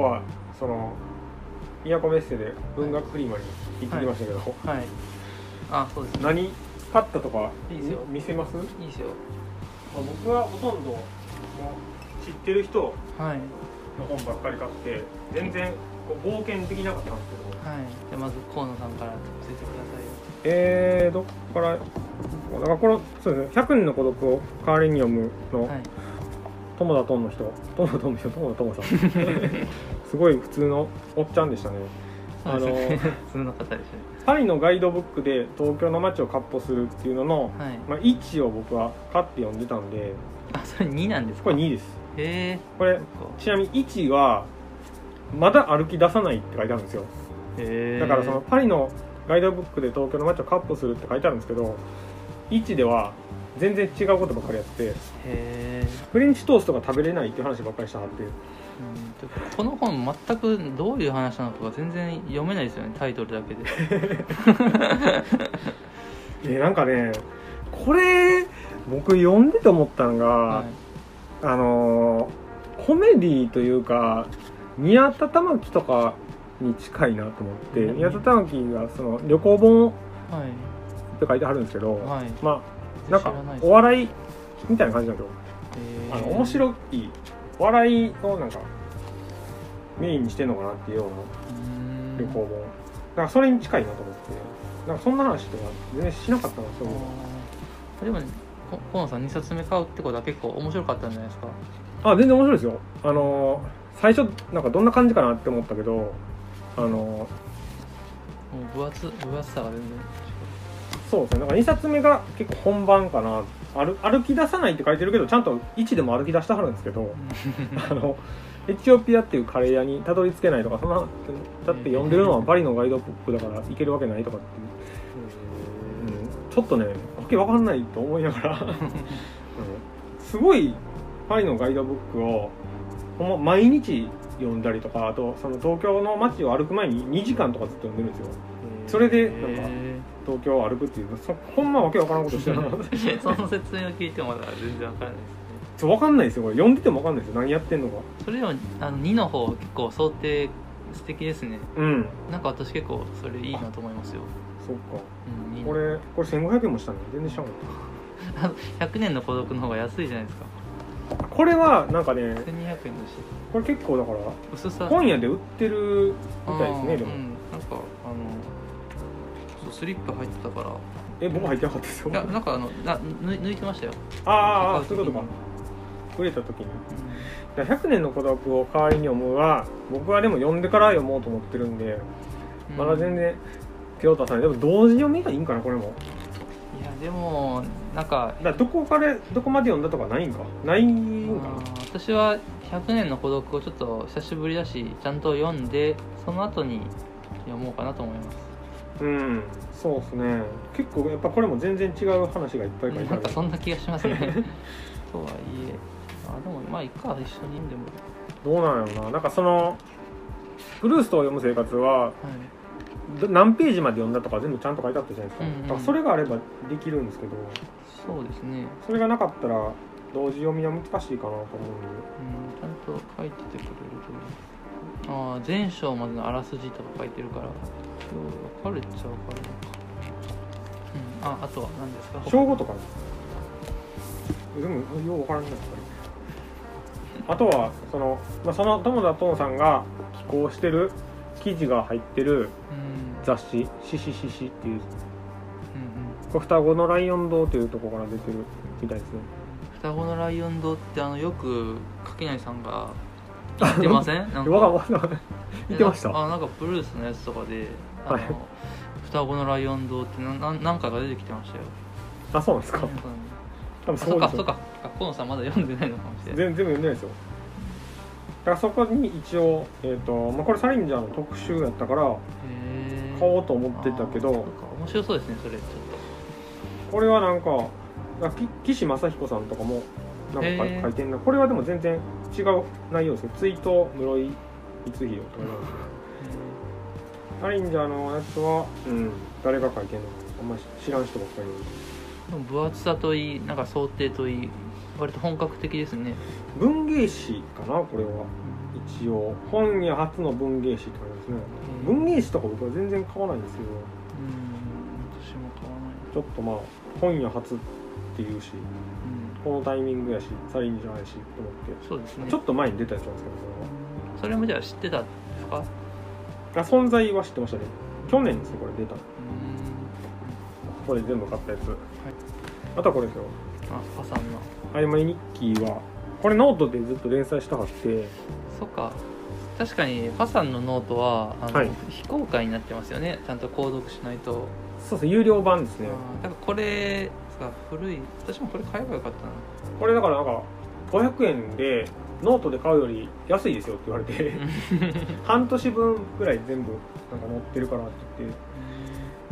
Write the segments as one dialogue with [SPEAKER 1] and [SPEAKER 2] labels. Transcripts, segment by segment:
[SPEAKER 1] はその宮古メッセで文学フリマに行ってきましたけど、
[SPEAKER 2] はいあそうですね
[SPEAKER 1] 何買ったとか
[SPEAKER 2] いいですよ
[SPEAKER 1] 見せます
[SPEAKER 2] いいですよ
[SPEAKER 1] まあ僕はほとんどもう知ってる人
[SPEAKER 2] はい
[SPEAKER 1] の本ばっかり買って全然こう冒険できなかったんですけど
[SPEAKER 2] はいじゃあまず河野さんから教えてくださいよ
[SPEAKER 1] えー、どっからだからこのそうですね「100人の孤独を代わりに読む」の
[SPEAKER 2] はい
[SPEAKER 1] 友田トンの人友田トンの人友田トン さんすごい普通のおっちゃんでしたね
[SPEAKER 2] そうですね
[SPEAKER 1] あ
[SPEAKER 2] 普通の方ですね
[SPEAKER 1] パリのガイドブックで東京の街を闊歩するっていうのの、
[SPEAKER 2] はい
[SPEAKER 1] まあ、1を僕は買って読んでたんで
[SPEAKER 2] あそれ2なんですか
[SPEAKER 1] これ2です
[SPEAKER 2] へえ
[SPEAKER 1] これちなみに1はまだ歩き出さないって書いてあるんですよ
[SPEAKER 2] へえ
[SPEAKER 1] だからそのパリのガイドブックで東京の街をカップするって書いてあるんですけど1では全然違うことばっかりやって
[SPEAKER 2] へえ、
[SPEAKER 1] フレンチトーストが食べれないっていう話ばっかりしたはって
[SPEAKER 2] うんてかこの本全くどういう話なのかが全然読めないですよねタイトルだけで
[SPEAKER 1] えーなんかねこれ僕読んでて思ったのが、
[SPEAKER 2] はい
[SPEAKER 1] あのーコメディというか宮田玉樹とかに近いなと思って、
[SPEAKER 2] うん
[SPEAKER 1] 宮田玉樹がその旅行本
[SPEAKER 2] はい
[SPEAKER 1] って書いてあるんですけど、
[SPEAKER 2] はい
[SPEAKER 1] まあなんか
[SPEAKER 2] 知らないです
[SPEAKER 1] お笑いみたいな感じなんですよ
[SPEAKER 2] へー
[SPEAKER 1] あの面白い笑いをなんかメインにしてんのかなっていうような
[SPEAKER 2] うーん
[SPEAKER 1] 旅行本、だからそれに近いなと思ってなんかそんな話とか全然しなかったなそういうの
[SPEAKER 2] あーでもねこ河野さん2冊目買うってことは結構面白かったんじゃないですか
[SPEAKER 1] あ全然面白いですよあのー最初なんかどんな感じかなって思ったけどあのー
[SPEAKER 2] もう分厚分厚さが全然
[SPEAKER 1] そうですねなんか2冊目が結構本番かな歩歩き出さないって書いてるけどちゃんと1でも歩き出してはるんですけどあのエチオピアっていうカレー屋にたどり着けないとかそんなだって読んでるのはバリのガイドブックだから行けるわけないとかっていううんちょっとねわけわかんないと思いながら、うんすごいパリのガイドブックをほんま毎日読んだりとかあとその東京の街を歩く前に2時間とかずっと読んでるんですよ それでなんか
[SPEAKER 2] へ
[SPEAKER 1] 東京を歩くっていうそほんまわけわからんことしてるな
[SPEAKER 2] ーその説明を聞いてもまだ全然わからないですね
[SPEAKER 1] そうわかんないですよこれ読んでてもわかんないですよ何やってんのか
[SPEAKER 2] それでもあの2の方結構想定素敵ですね
[SPEAKER 1] うん
[SPEAKER 2] なんか私結構それいいなと思いますよ、
[SPEAKER 1] そっか
[SPEAKER 2] うん、いいな
[SPEAKER 1] これこれ1500円もしたね全然しゃんかっ
[SPEAKER 2] あの100年の孤独の方が安いじゃないですか
[SPEAKER 1] たこれはなんかね
[SPEAKER 2] 1200円として
[SPEAKER 1] これ結構だから
[SPEAKER 2] 薄さ
[SPEAKER 1] 本屋で売ってるみたいです
[SPEAKER 2] あー
[SPEAKER 1] ねでも、
[SPEAKER 2] うん、なんかあのそうスリップ入ってたから
[SPEAKER 1] え僕入ってなかったですよ
[SPEAKER 2] いやなんかあのな抜い抜いてましたよ
[SPEAKER 1] あーあ
[SPEAKER 2] 買
[SPEAKER 1] ーそういうことか売れた時に
[SPEAKER 2] 時に
[SPEAKER 1] だから100年の孤独を代わりに読むは僕はでも読んでから読もうと思ってるんで
[SPEAKER 2] うん
[SPEAKER 1] まだ全然手を出さないでも同時読みがいいんかなこれも
[SPEAKER 2] いやでもなんか
[SPEAKER 1] だからどこからどこまで読んだとかないんかない
[SPEAKER 2] あ
[SPEAKER 1] んかな
[SPEAKER 2] ー私は「100年の孤独」をちょっと久しぶりだしちゃんと読んでその後に読もうかなと思います
[SPEAKER 1] うんそうですね結構やっぱこれも全然違う話がいっぱい書いて
[SPEAKER 2] な
[SPEAKER 1] あ
[SPEAKER 2] ん
[SPEAKER 1] る
[SPEAKER 2] かそんな気が しますねとはいえあでもまあいっか一緒に読んでも
[SPEAKER 1] どうなんやろうななんかそのブルースと読む生活は
[SPEAKER 2] はい
[SPEAKER 1] ど何ページまで読んだとか全部ちゃんと書いてあったじゃないですか,、
[SPEAKER 2] うんうん
[SPEAKER 1] だからそれがあればできるんですけど
[SPEAKER 2] そうですね
[SPEAKER 1] それがなかったら同時読みは難しいかなと思うんで
[SPEAKER 2] うん、ちゃんと書いててくれるというああ前章までのあらすじとか書いてるからよう分かるっちゃ分かるのか、うん、ああとは何ですか
[SPEAKER 1] 正午とかでもよう分からんないあとはその,、まあ、その友田トンさんが寄稿してる記事が入ってる
[SPEAKER 2] うん
[SPEAKER 1] 雑誌「シシシシ」っていう
[SPEAKER 2] うんうん
[SPEAKER 1] これ双子のライオン堂というところから出てるみたいですね
[SPEAKER 2] 双子のライオン堂ってあのよく垣内さんが言ってませんなんか
[SPEAKER 1] わがわが 言ってました
[SPEAKER 2] あなんかブルースのやつとかであの、
[SPEAKER 1] はい
[SPEAKER 2] 双子のライオン堂ってなな何回か出てきてましたよ
[SPEAKER 1] あそうなんですか
[SPEAKER 2] うん
[SPEAKER 1] 多分
[SPEAKER 2] あそっ
[SPEAKER 1] で
[SPEAKER 2] か
[SPEAKER 1] す
[SPEAKER 2] そ
[SPEAKER 1] よ
[SPEAKER 2] っか河野さんまだ読んでないのかもしれない
[SPEAKER 1] 全全部読んでないですよだからそこに一応、えーとまあ、これサリンジャーの特集やったから
[SPEAKER 2] へー
[SPEAKER 1] 買おうと思ってたけ
[SPEAKER 2] あーそ
[SPEAKER 1] ど
[SPEAKER 2] うか面白そうですねそれちょっ
[SPEAKER 1] これはなんかあき岸正彦さんとかもなんか書い
[SPEAKER 2] へー
[SPEAKER 1] 書いてんなこれはでも全然違う内容ですよ「追悼室井光弘」とかなんです
[SPEAKER 2] と
[SPEAKER 1] アリンジャーのやつは、うん、誰が書いてんのあんま知らん人ばっかり
[SPEAKER 2] でも分厚さといいなんか想定といい割と本格的ですね
[SPEAKER 1] 文芸誌かなこれは一応本屋初の文芸誌って書いてますね
[SPEAKER 2] うん
[SPEAKER 1] 文芸誌とか僕は全然買わないんですけど
[SPEAKER 2] 私も買わない、
[SPEAKER 1] ちょっとまあ本屋初っていうし
[SPEAKER 2] う
[SPEAKER 1] このタイミングやしさらにいいんじゃないしと思って
[SPEAKER 2] ん、そうですね
[SPEAKER 1] ちょっと前に出たやつなんですけど
[SPEAKER 2] それもじゃあ知ってたんです
[SPEAKER 1] そ
[SPEAKER 2] か
[SPEAKER 1] れはあ存在は知ってましたね去年ですねこれ出たこれ全部買ったやつ、あとはこれですよ
[SPEAKER 2] あパさんの
[SPEAKER 1] 「曖昧日記は」これノートでずっと連載したはって
[SPEAKER 2] そっか確かにパさんのノートはあの、
[SPEAKER 1] はい
[SPEAKER 2] 非公開になってますよねちゃんと購読しないと、
[SPEAKER 1] そうそう有料版ですね
[SPEAKER 2] あーだからこれさ古い私もこれ買えばよかったな
[SPEAKER 1] これだからなんか500円でノートで買うより安いですよって言われ て半年分ぐらい全部なんか載ってるからって言って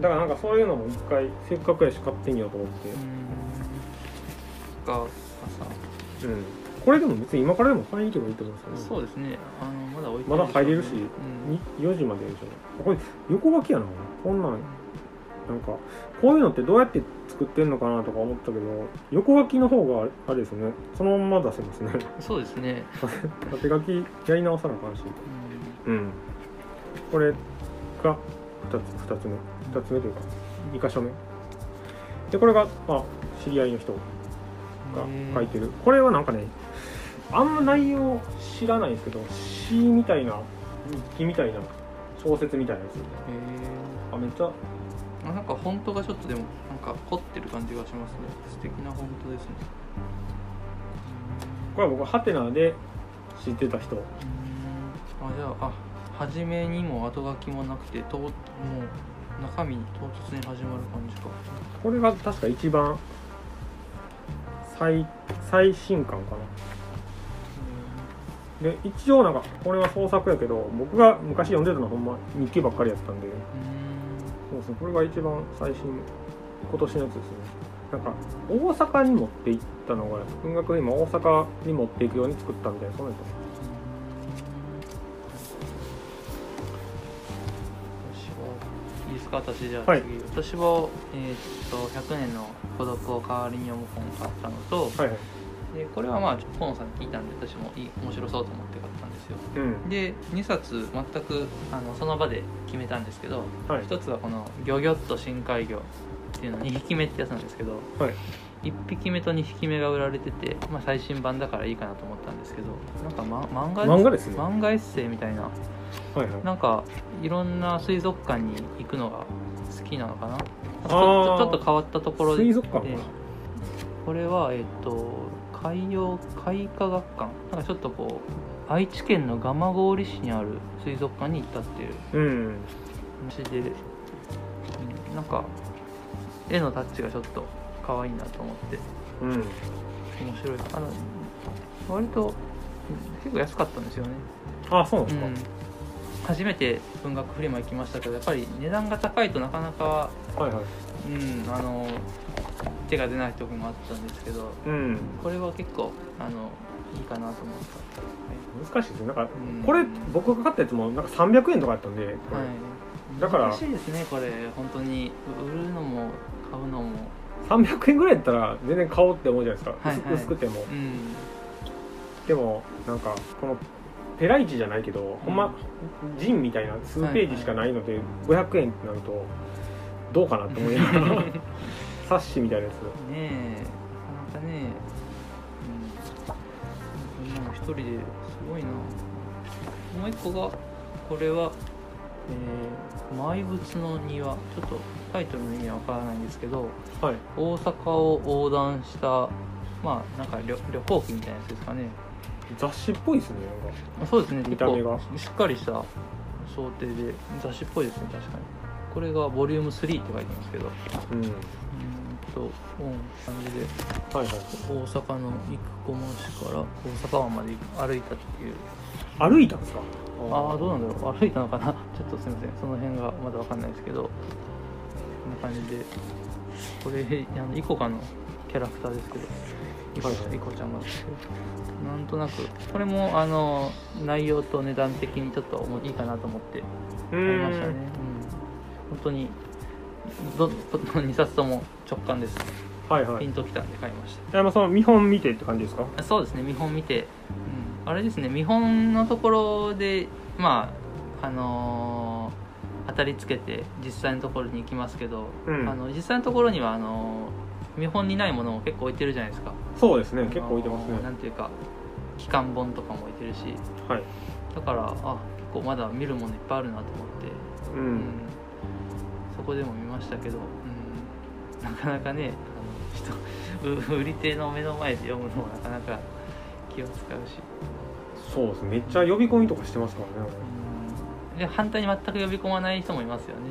[SPEAKER 1] だからなんかそういうのも一回せっかくやし買ってみようと思っ
[SPEAKER 2] う
[SPEAKER 1] て、
[SPEAKER 2] んがパさん
[SPEAKER 1] うん、これでも別に今からでも買いに行けばいいと思うんですよ
[SPEAKER 2] そ
[SPEAKER 1] ね
[SPEAKER 2] うですね。あのまだ置いて
[SPEAKER 1] まだ入れるし
[SPEAKER 2] うん
[SPEAKER 1] に4時まででしょこれ横書きやなこんなんなんかこういうのってどうやって作ってんのかなとか思ったけど横書きの方があれですよねそのまんま出せます ね
[SPEAKER 2] そうですね。
[SPEAKER 1] 縦書きやり直さなあかんし
[SPEAKER 2] う
[SPEAKER 1] うんこれが2つ2つ目2つ目というか2箇所目でこれが、まあ、知り合いの人が
[SPEAKER 2] ん
[SPEAKER 1] 書いてるこれはなんかねあんま内容知らないんですけど詩みたいな日記みたいな小説みたいなやつ
[SPEAKER 2] へ
[SPEAKER 1] あめっちゃ
[SPEAKER 2] ーあなんか本当がちょっとでもなんか凝ってる感じがしますね。素敵な本当ですね。
[SPEAKER 1] これは僕ハテナで知ってた人
[SPEAKER 2] うんあじゃああ初めにも後書きもなくてともう中身唐突に始まる感じか。
[SPEAKER 1] これが確か一番最最新刊かなで一応なんかこれは創作やけど僕が昔読んでたのはほんま日記ばっかりやったんで
[SPEAKER 2] うん
[SPEAKER 1] そうですねこれが一番最新今年のやつですねなんか大阪に持って行ったのが文学部今大阪に持っていくように作ったみたいなそうなんですよ
[SPEAKER 2] 私はいいですか私じゃあ次、
[SPEAKER 1] はい
[SPEAKER 2] 私は、えーっと100年の孤独を代わりに読む本買ったのと、
[SPEAKER 1] はいはい
[SPEAKER 2] でこれはまあ本さんに聞いたんで私もいい面白そうと思って買ったんですよ
[SPEAKER 1] うん
[SPEAKER 2] で2冊全くあのその場で決めたんですけど
[SPEAKER 1] はい
[SPEAKER 2] 1つはこの「ギョギョッと深海魚」っていうの2匹目ってやつなんですけど、
[SPEAKER 1] はい
[SPEAKER 2] 1匹目と2匹目が売られてて、まあ、最新版だからいいかなと思ったんですけどなんか、ま、漫画
[SPEAKER 1] 漫画ですねは
[SPEAKER 2] 漫画エッセイみたいない
[SPEAKER 1] はい
[SPEAKER 2] なんかいろんな水族館に行くのが好きなのかなちょ
[SPEAKER 1] あー
[SPEAKER 2] ちょっと変わったところで
[SPEAKER 1] 水族館か
[SPEAKER 2] これはえっと海洋海科学館なんかちょっとこう愛知県の蒲郡市にある水族館に行ったっていう
[SPEAKER 1] うん
[SPEAKER 2] 話で、うんなんか絵のタッチがちょっと可愛いなと思って
[SPEAKER 1] うん
[SPEAKER 2] 面白いあの割と結構安かったんですよね
[SPEAKER 1] あそうなんですか、
[SPEAKER 2] うん、初めて文学フリマ行きましたけどやっぱり値段が高いとなかなか、
[SPEAKER 1] はいはい
[SPEAKER 2] うん、あの手が出ない時もあったんですけど
[SPEAKER 1] うん
[SPEAKER 2] これは結構あのいいかなと思った、は
[SPEAKER 1] 難しいですねなんか
[SPEAKER 2] いうん
[SPEAKER 1] これ僕が買ったやつもなんか300円とかやったんで、これ
[SPEAKER 2] はい、
[SPEAKER 1] だから
[SPEAKER 2] 難しいですねこれ本当に売るのも買うのも、
[SPEAKER 1] 300円ぐらいやったら全然買おうって思うじゃないですか、
[SPEAKER 2] はいはい
[SPEAKER 1] 薄く薄くても
[SPEAKER 2] うん、
[SPEAKER 1] でもなんかこのペライチじゃないけど、ほんまジンみたいな数ページしかないので、500円ってなるとどうかなって思いなが ら冊子みたいなやつ
[SPEAKER 2] ねえなかなかね、うん、こんなの一人ですごいなもう一個がこれは「えー、埋仏の庭」ちょっとタイトルの意味はわからないんですけど
[SPEAKER 1] はい
[SPEAKER 2] 大阪を横断したまあなんか旅旅行記みたいなやつですかね
[SPEAKER 1] 雑誌っぽいですねなんか
[SPEAKER 2] まあそうですね
[SPEAKER 1] 見
[SPEAKER 2] 結
[SPEAKER 1] た目が
[SPEAKER 2] 構しっかりした想定で雑誌っぽいですね確かにこれがボリューム3って書いてますけどう
[SPEAKER 1] うんは
[SPEAKER 2] ーんとうん感じで
[SPEAKER 1] いはい
[SPEAKER 2] 大阪の生駒市から大阪湾まで歩いたっていう
[SPEAKER 1] 歩いたんですか
[SPEAKER 2] ああどうなんだろう歩いたのかな ちょっとすいませんその辺がまだわかんないですけどこんな感じでこれあのイコカのキャラクターですけどイコ,、
[SPEAKER 1] はいはい
[SPEAKER 2] イコちゃんがなんとなくこれもあの内容と値段的にちょっともういいかなと思って
[SPEAKER 1] う
[SPEAKER 2] 買い
[SPEAKER 1] ん
[SPEAKER 2] ましたね、うん、本当にど2冊とも直感です
[SPEAKER 1] はいは
[SPEAKER 2] ピ
[SPEAKER 1] い
[SPEAKER 2] ンときたんで買いました
[SPEAKER 1] 山さん見本見てって感じですか
[SPEAKER 2] そうですね見本見て、あれですね見本のところでまああのー当たりつけて実際のところに行きますけど、
[SPEAKER 1] うん
[SPEAKER 2] あの実際のところにはあのー見本にないものも結構置いてるじゃないですか
[SPEAKER 1] そうですね結構置いてますね
[SPEAKER 2] あのーなんていうか機関本とかも置いてるし
[SPEAKER 1] はい
[SPEAKER 2] だからあ結構まだ見るものいっぱいあるなと思っ
[SPEAKER 1] う
[SPEAKER 2] てうん
[SPEAKER 1] ん
[SPEAKER 2] そこでも見ましたけど、うん、なかなかねあの人う売 り手の目の前で読むのもなかなか気を使うし、
[SPEAKER 1] そうですねめっちゃ呼び込みとかしてますからね
[SPEAKER 2] うん、で反対に全く呼び込まない人もいますよね、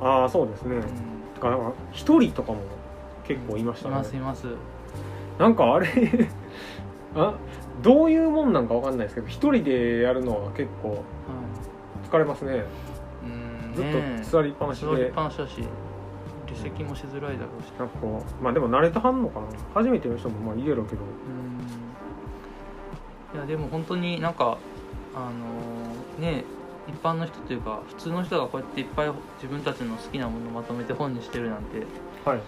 [SPEAKER 1] ああそうですね
[SPEAKER 2] うん
[SPEAKER 1] だから一人とかも結構いました
[SPEAKER 2] いますい
[SPEAKER 1] ね
[SPEAKER 2] ます
[SPEAKER 1] なんかあれ あどういうもんなんかわかんないですけど一人でやるのは結構疲れますね
[SPEAKER 2] うん
[SPEAKER 1] ず
[SPEAKER 2] ね
[SPEAKER 1] っ
[SPEAKER 2] え
[SPEAKER 1] と座りっぱなし
[SPEAKER 2] 座りっ
[SPEAKER 1] で
[SPEAKER 2] ぱなしだし離席もしづらいだろうし、
[SPEAKER 1] なんかこうまあでも慣れてはんのかな初めての人もまあいるやろうけど
[SPEAKER 2] うんいやでも本当になんかあのね一般の人というか普通の人がこうやっていっぱい自分たちの好きなものをまとめて本にしてるなんて
[SPEAKER 1] はい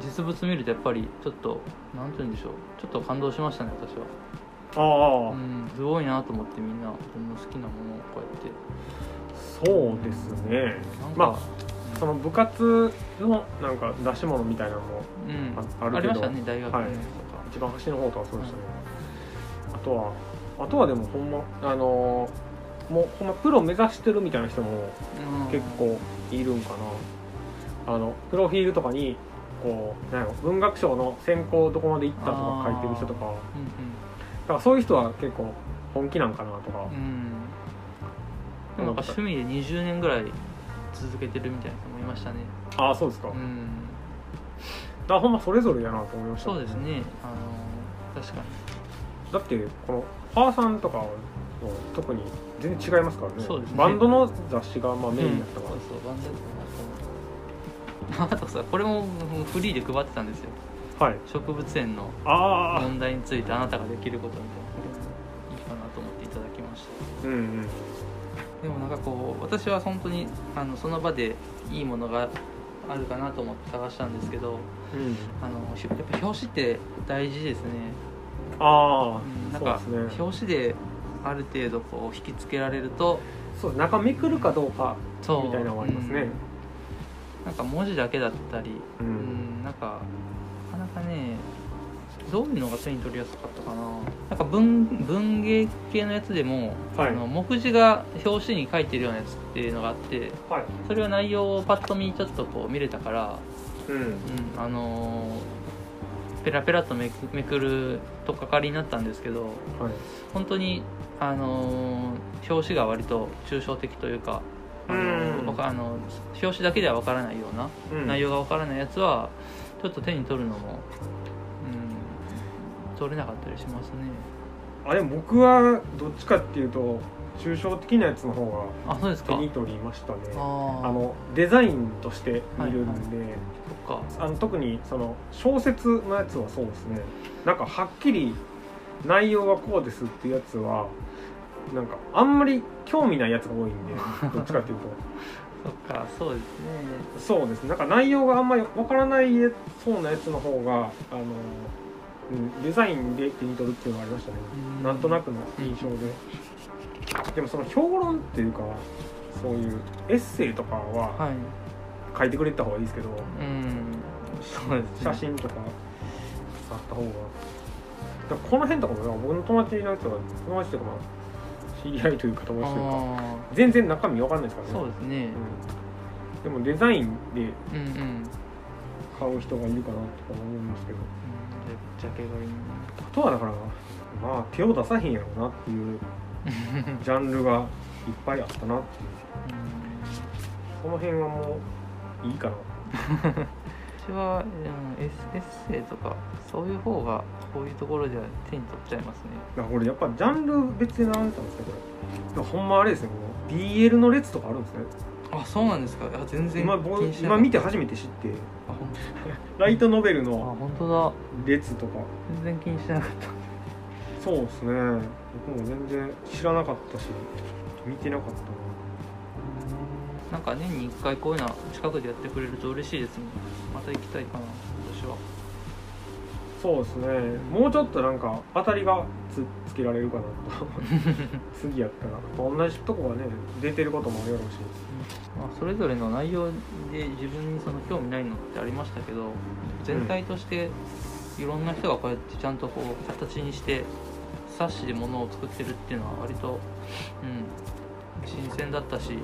[SPEAKER 2] 実物見るとやっぱりちょっとなんて言うんでしょうちょっと感動しましたね私は
[SPEAKER 1] ああ、
[SPEAKER 2] うんすごいなと思ってみんな自分の好きなものをこうやっ
[SPEAKER 1] そう
[SPEAKER 2] て
[SPEAKER 1] ですね
[SPEAKER 2] なん
[SPEAKER 1] ま
[SPEAKER 2] か
[SPEAKER 1] その部活のなんか出し物みたいなのも
[SPEAKER 2] うん
[SPEAKER 1] ああるけ
[SPEAKER 2] あ
[SPEAKER 1] ど
[SPEAKER 2] りましたね大学の
[SPEAKER 1] は
[SPEAKER 2] や
[SPEAKER 1] い
[SPEAKER 2] つと
[SPEAKER 1] 一番端の方とかそうでしたね、あとはあとはでもほんまあのーもうほんまプロ目指してるみたいな人も
[SPEAKER 2] か、うん
[SPEAKER 1] 結構いるんかな、あのプロフィールとかにこうなんやろ文学賞の選考どこまで行ったとか書いてる人とかだからそういう人は結構本気なんかなとか
[SPEAKER 2] うんうん、うん、でもなんか趣味で20年ぐらい続けてるみたいな人もいましたね
[SPEAKER 1] ああそうですか、
[SPEAKER 2] う
[SPEAKER 1] だか
[SPEAKER 2] ん
[SPEAKER 1] らほんまそれぞれやなと思いました
[SPEAKER 2] そうですね、あの確か
[SPEAKER 1] だってこのパーさんとかはもう特に全然違いますからね
[SPEAKER 2] そうですね
[SPEAKER 1] バンドの雑誌がまあ
[SPEAKER 2] に
[SPEAKER 1] メインだったか
[SPEAKER 2] う
[SPEAKER 1] ら
[SPEAKER 2] ん、そうそうバンドだったなと思うあとさこれもフリーで配ってたんですよ
[SPEAKER 1] はい
[SPEAKER 2] 植物園の
[SPEAKER 1] ああ
[SPEAKER 2] 問題についてあなたができることみたいなのがいいかなと思っていただきました
[SPEAKER 1] うんうん
[SPEAKER 2] でもなんかこう私は本当にあのその場でいいものがあるかなと思って探したんですけど
[SPEAKER 1] うん
[SPEAKER 2] あのひやっぱ表紙って大事ですね、
[SPEAKER 1] あ
[SPEAKER 2] うん、
[SPEAKER 1] あ
[SPEAKER 2] なん
[SPEAKER 1] そうで
[SPEAKER 2] か
[SPEAKER 1] すね
[SPEAKER 2] 表紙である程度こう引きつけられると
[SPEAKER 1] そう中めくるかどうか
[SPEAKER 2] そう
[SPEAKER 1] みたいなのもありますね
[SPEAKER 2] うんなんか文字だけだったり、
[SPEAKER 1] う
[SPEAKER 2] うん
[SPEAKER 1] ん
[SPEAKER 2] なんかなかなかねどういうのが手に取りやすかったかななんか文文芸系のやつでも、
[SPEAKER 1] はい
[SPEAKER 2] あの目次が表紙に書いてるようなやつっていうのがあって
[SPEAKER 1] はい
[SPEAKER 2] それは内容をパッと見ちょっとこう見れたから、
[SPEAKER 1] うん
[SPEAKER 2] うんあのーペラペラとめくめくるとっかかりになったんですけど
[SPEAKER 1] はい
[SPEAKER 2] 本当に、あのー表紙が割と抽象的というか、あのー
[SPEAKER 1] うん
[SPEAKER 2] わかあの表紙だけではわからないような
[SPEAKER 1] うん
[SPEAKER 2] 内容がわからないやつはちょっと手に取るのも、うん、取れなかったりしますね
[SPEAKER 1] あでも僕はどっちかっていうと抽象的なやつの方
[SPEAKER 2] あそうです
[SPEAKER 1] が手
[SPEAKER 2] か
[SPEAKER 1] に取りましたね
[SPEAKER 2] あー
[SPEAKER 1] あのデザインとして見るんで、
[SPEAKER 2] そっか
[SPEAKER 1] あの特にその小説のやつはそうですねなんかはっきり内容はこうですっていうやつはなんかあんまり興味ないやつが多いん でどっちかっていうと
[SPEAKER 2] そっかそうですね
[SPEAKER 1] そうですねなんか内容があんまりわからないやそうなやつの方があの、うん、デザインで手に取るっていうのがありましたね
[SPEAKER 2] うん
[SPEAKER 1] なんとなくの印象ででもその評論っていうかそういうエッセイとかは
[SPEAKER 2] はい
[SPEAKER 1] 書いてくれた方がいいですけど、
[SPEAKER 2] うんそうですね
[SPEAKER 1] 写真とかあった方がだからこの辺とかもなんか僕の友達のやつが友達というかまあ知り合いというか友達というか
[SPEAKER 2] あ
[SPEAKER 1] 全然中身わかんないです
[SPEAKER 2] あ
[SPEAKER 1] からね
[SPEAKER 2] そうですね
[SPEAKER 1] うんでもデザインで
[SPEAKER 2] うんうん、うん、
[SPEAKER 1] 買う人がいるかなとか思うんですけど
[SPEAKER 2] ジャケ買い
[SPEAKER 1] あとはだからまあ手を出さへんやろうなっていうジャンルがいっぱいあったなっていうそ
[SPEAKER 2] うん
[SPEAKER 1] の辺はもういいかな
[SPEAKER 2] 私は、うん、エッエッセイとかそういう方がこういうところでは手に取っちゃいますね
[SPEAKER 1] だからこれやっぱジャンル別で並んでたんですねこれでもほんまあれですねもう BL の列とかあるんですね
[SPEAKER 2] あそうなんですかあ全然
[SPEAKER 1] 今
[SPEAKER 2] 気
[SPEAKER 1] 僕
[SPEAKER 2] にしなか
[SPEAKER 1] 今
[SPEAKER 2] った
[SPEAKER 1] 見て初めて知って
[SPEAKER 2] あほん
[SPEAKER 1] ライトノベル
[SPEAKER 2] あ
[SPEAKER 1] の
[SPEAKER 2] 本当だ
[SPEAKER 1] 列とか
[SPEAKER 2] 全然気にしてなかった
[SPEAKER 1] そうですね僕も全然知らなかったし見てなかったな
[SPEAKER 2] なんか年に1回こういうの近くでやってくれると嬉しいですねまた行きたいかな私は
[SPEAKER 1] そうですねもうちょっとなんか当たりがつつけられるかなと次やったら同じとこがね出てることもあるやろうし
[SPEAKER 2] まあ、それぞれの内容で自分にその興味ないのってありましたけど全体としていろんな人がこうやってちゃんとこう形にして冊子で物を作ってるっていうのは割と、うん、新鮮だったし、うん、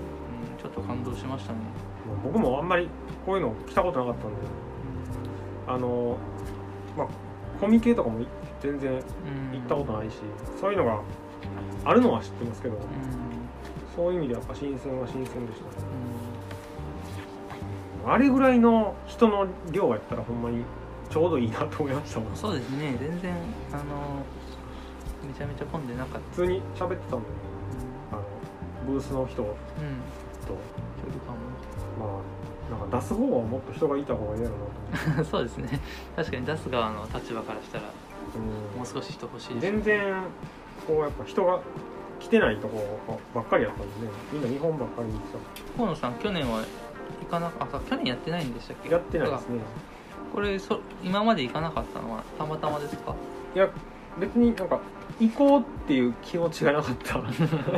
[SPEAKER 2] ちょっと感動しましたね。
[SPEAKER 1] まあ僕もあんまりこういうの来たことなかったんであのまあコミケとかも全然
[SPEAKER 2] うん
[SPEAKER 1] 行ったことないしそういうのがあるのは知ってますけどそういう意味でやっぱ新鮮は新鮮でしたね
[SPEAKER 2] う
[SPEAKER 1] あれぐらいの人の量やったらほんまにちょうどいいなと思いましたもん
[SPEAKER 2] ん
[SPEAKER 1] 普
[SPEAKER 2] そうですね全然あのめちゃめちゃ混んでなかっ
[SPEAKER 1] 通に喋ってたんで
[SPEAKER 2] た、
[SPEAKER 1] あのブースの人と
[SPEAKER 2] うんうん、距離感
[SPEAKER 1] ま
[SPEAKER 2] も
[SPEAKER 1] あなんか出す方はもっと人がいた方がいいやろうなと思って
[SPEAKER 2] そうですね確かに出す側の立場からしたらもう少し人欲しい
[SPEAKER 1] うん
[SPEAKER 2] です
[SPEAKER 1] 全然こうやっぱ人が来てないとこばっかりやったんでねみんな日本ばっかりに来
[SPEAKER 2] 河野さん去年は行かなかあ去年やってないんでしたっけ
[SPEAKER 1] たやってないです
[SPEAKER 2] そう
[SPEAKER 1] ね
[SPEAKER 2] かこれそ今まで行かなかったのはたまたまです か
[SPEAKER 1] いや別になんか行こうっていう気持ちがなかった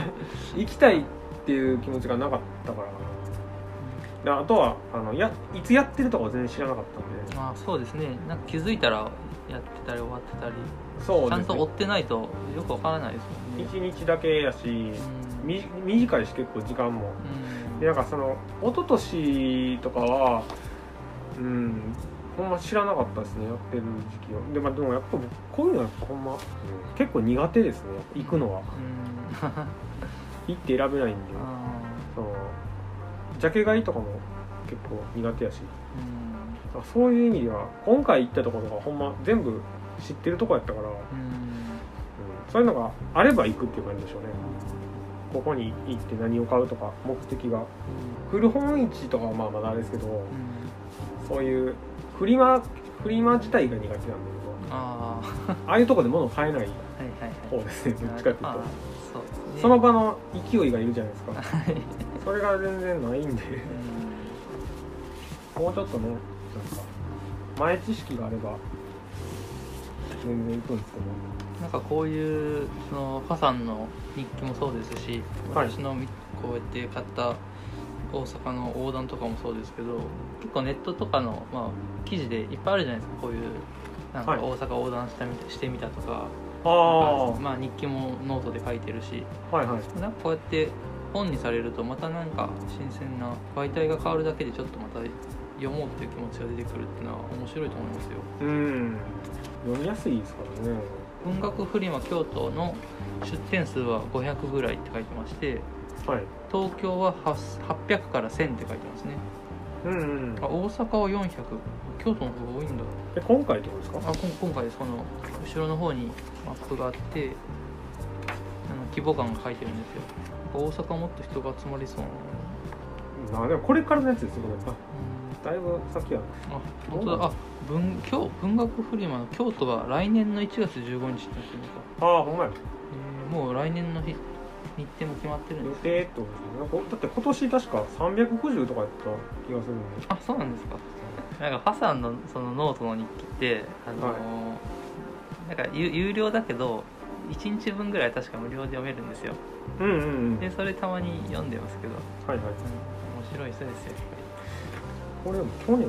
[SPEAKER 1] 行きたいっていう気持ちがなかったからかなであとはあのやいつやってるとかは全然知らなかったんで
[SPEAKER 2] まあそうですねなんか気づいたらやってたり終わってたり
[SPEAKER 1] そう
[SPEAKER 2] ちゃん
[SPEAKER 1] です
[SPEAKER 2] と追っ
[SPEAKER 1] ね
[SPEAKER 2] てないとよくわからないですもんね
[SPEAKER 1] 一日だけやし
[SPEAKER 2] うん
[SPEAKER 1] み短いし結構時間も
[SPEAKER 2] うん
[SPEAKER 1] で なんかその一昨年とかはうんほんま知らなかったですねやってる時期をで,、まあ、でもやっぱ僕こういうのはやっぱほんま、結構苦手ですねやっぱ行くのは
[SPEAKER 2] うん
[SPEAKER 1] 行って選べないんで
[SPEAKER 2] あ
[SPEAKER 1] そのジャケ買いとかも結構苦手やし
[SPEAKER 2] ーうん
[SPEAKER 1] あそういう意味では今回行ったところがほんま全部知ってるとこやったから、うん、
[SPEAKER 2] うん
[SPEAKER 1] そういうのがあれば行くっていう感じでしょうねここに行って何を買うとか目的が古本市とかはまあまだあれですけど、
[SPEAKER 2] うん
[SPEAKER 1] そういうフリマフリマ自体が苦手なんだけど
[SPEAKER 2] ああは
[SPEAKER 1] ああいうとこで物を買えない
[SPEAKER 2] いはい
[SPEAKER 1] 方
[SPEAKER 2] はい
[SPEAKER 1] ですねどっちかっていう
[SPEAKER 2] あ
[SPEAKER 1] と
[SPEAKER 2] ーそうですね
[SPEAKER 1] その場の勢いがいるじゃないですか
[SPEAKER 2] はい
[SPEAKER 1] それが全然ないんで
[SPEAKER 2] うん
[SPEAKER 1] もうちょっとねなんか前知識があれば全然行くんですけど
[SPEAKER 2] なんかこういうそのファさんの日記もそうですし、
[SPEAKER 1] はい
[SPEAKER 2] 私のみこうやって買った大阪の横断とかもそうですけど結構ネットとかの、まあ、記事でいっぱいあるじゃないですかこういうなんか
[SPEAKER 1] はい
[SPEAKER 2] 大阪横断したみしてみたとか,、
[SPEAKER 1] あ
[SPEAKER 2] まあ、日記もノートで書いてるし
[SPEAKER 1] あはいはい
[SPEAKER 2] なんかこうやって本にされるとまたなんか新鮮な媒体が変わるだけでちょっとまた読もうっていう気持ちが出てくるっていうのは面白いと思いますよ。
[SPEAKER 1] うん読みやすいですからね
[SPEAKER 2] 文学フリマ京都の出店数は500ぐらいって書いてまして
[SPEAKER 1] はい
[SPEAKER 2] 東京は800から1000って書いてますね
[SPEAKER 1] うんうん
[SPEAKER 2] あ大阪は400京都の方が多いんだ
[SPEAKER 1] え今回ってことですか
[SPEAKER 2] あこん今回その後ろの方にマップがあってあの規模感が書いてるんですよなんか大阪もっと人が集まりそうな
[SPEAKER 1] なでもこれからのやつですよこれあだいぶ先や
[SPEAKER 2] うんあ本当だあ文今日文学フリマの京都は来年の1月15日ってなってるのか、
[SPEAKER 1] ああほんまや
[SPEAKER 2] えーもう来年の日日程も決まってるん
[SPEAKER 1] 予
[SPEAKER 2] です
[SPEAKER 1] 定ってことですよねだって今年確か350とかやった気がするんで
[SPEAKER 2] あそうなんですかなんかファさんのそのノートの日記ってあのーなんか有有料だけど1日分ぐらい確か無料で読めるんですよ
[SPEAKER 1] うんうんうん
[SPEAKER 2] でそれたまに読んでますけど、う
[SPEAKER 1] はいはい
[SPEAKER 2] ん、面白い人ですよやっ
[SPEAKER 1] これでも去年去年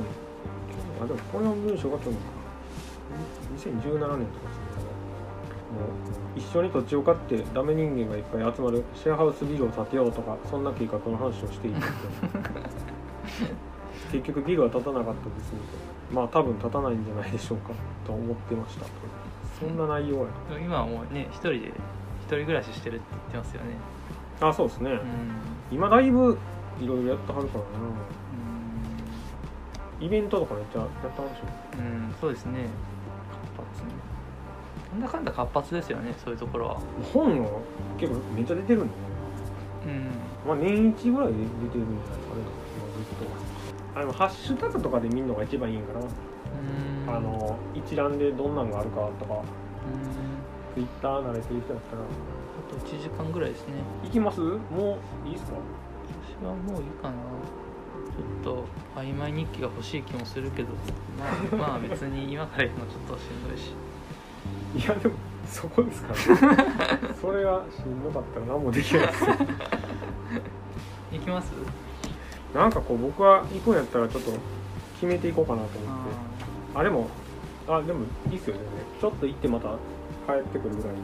[SPEAKER 1] あでもこの文章が去年か2017年とかですねもう一緒に土地を買ってダメ人間がいっぱい集まるシェアハウスビルを建てようとかそんな計画の話をしている結局ビルは建たなかったですみたいなまあ多分建たないんじゃないでしょうかと思ってましたそんな内容や
[SPEAKER 2] ぱりでも今はもうね一人で一人暮らししてるって言ってますよね
[SPEAKER 1] あそうですね、
[SPEAKER 2] うん
[SPEAKER 1] 今だいぶいろいろやってはるからな
[SPEAKER 2] う
[SPEAKER 1] イベントとかめっちゃやってはるでし
[SPEAKER 2] ん、うん、そうですね活発ねなんだかんだ活発ですよねそういうところは
[SPEAKER 1] ょ本は結構めっちゃ出てるんでね
[SPEAKER 2] うん
[SPEAKER 1] まあ、年一ぐらいで出てるんじゃないですかね、ずっと。あでもハッシュタグとかで見るのが一番いいんかな、
[SPEAKER 2] うん
[SPEAKER 1] あの一覧でどんなんがあるかとか、
[SPEAKER 2] うん
[SPEAKER 1] ツイッター慣れてる人だったら、
[SPEAKER 2] あと1時間ぐらいですね
[SPEAKER 1] 行きますもういいっすか
[SPEAKER 2] 私はもういいかなちょっと曖昧日記が欲しい気もするけどまあ、まあ、別に今から行くのちょっとしんどいし
[SPEAKER 1] いや、でも、そこですから、ね、 それがしんどかったら何もできないですよ
[SPEAKER 2] 行きます
[SPEAKER 1] なんかこう僕は行くんやったらちょっと決めていこうかなと思
[SPEAKER 2] あ
[SPEAKER 1] ってあでもあでもいいっすよねちょっと行ってまた帰ってくるぐらいで
[SPEAKER 2] ーうん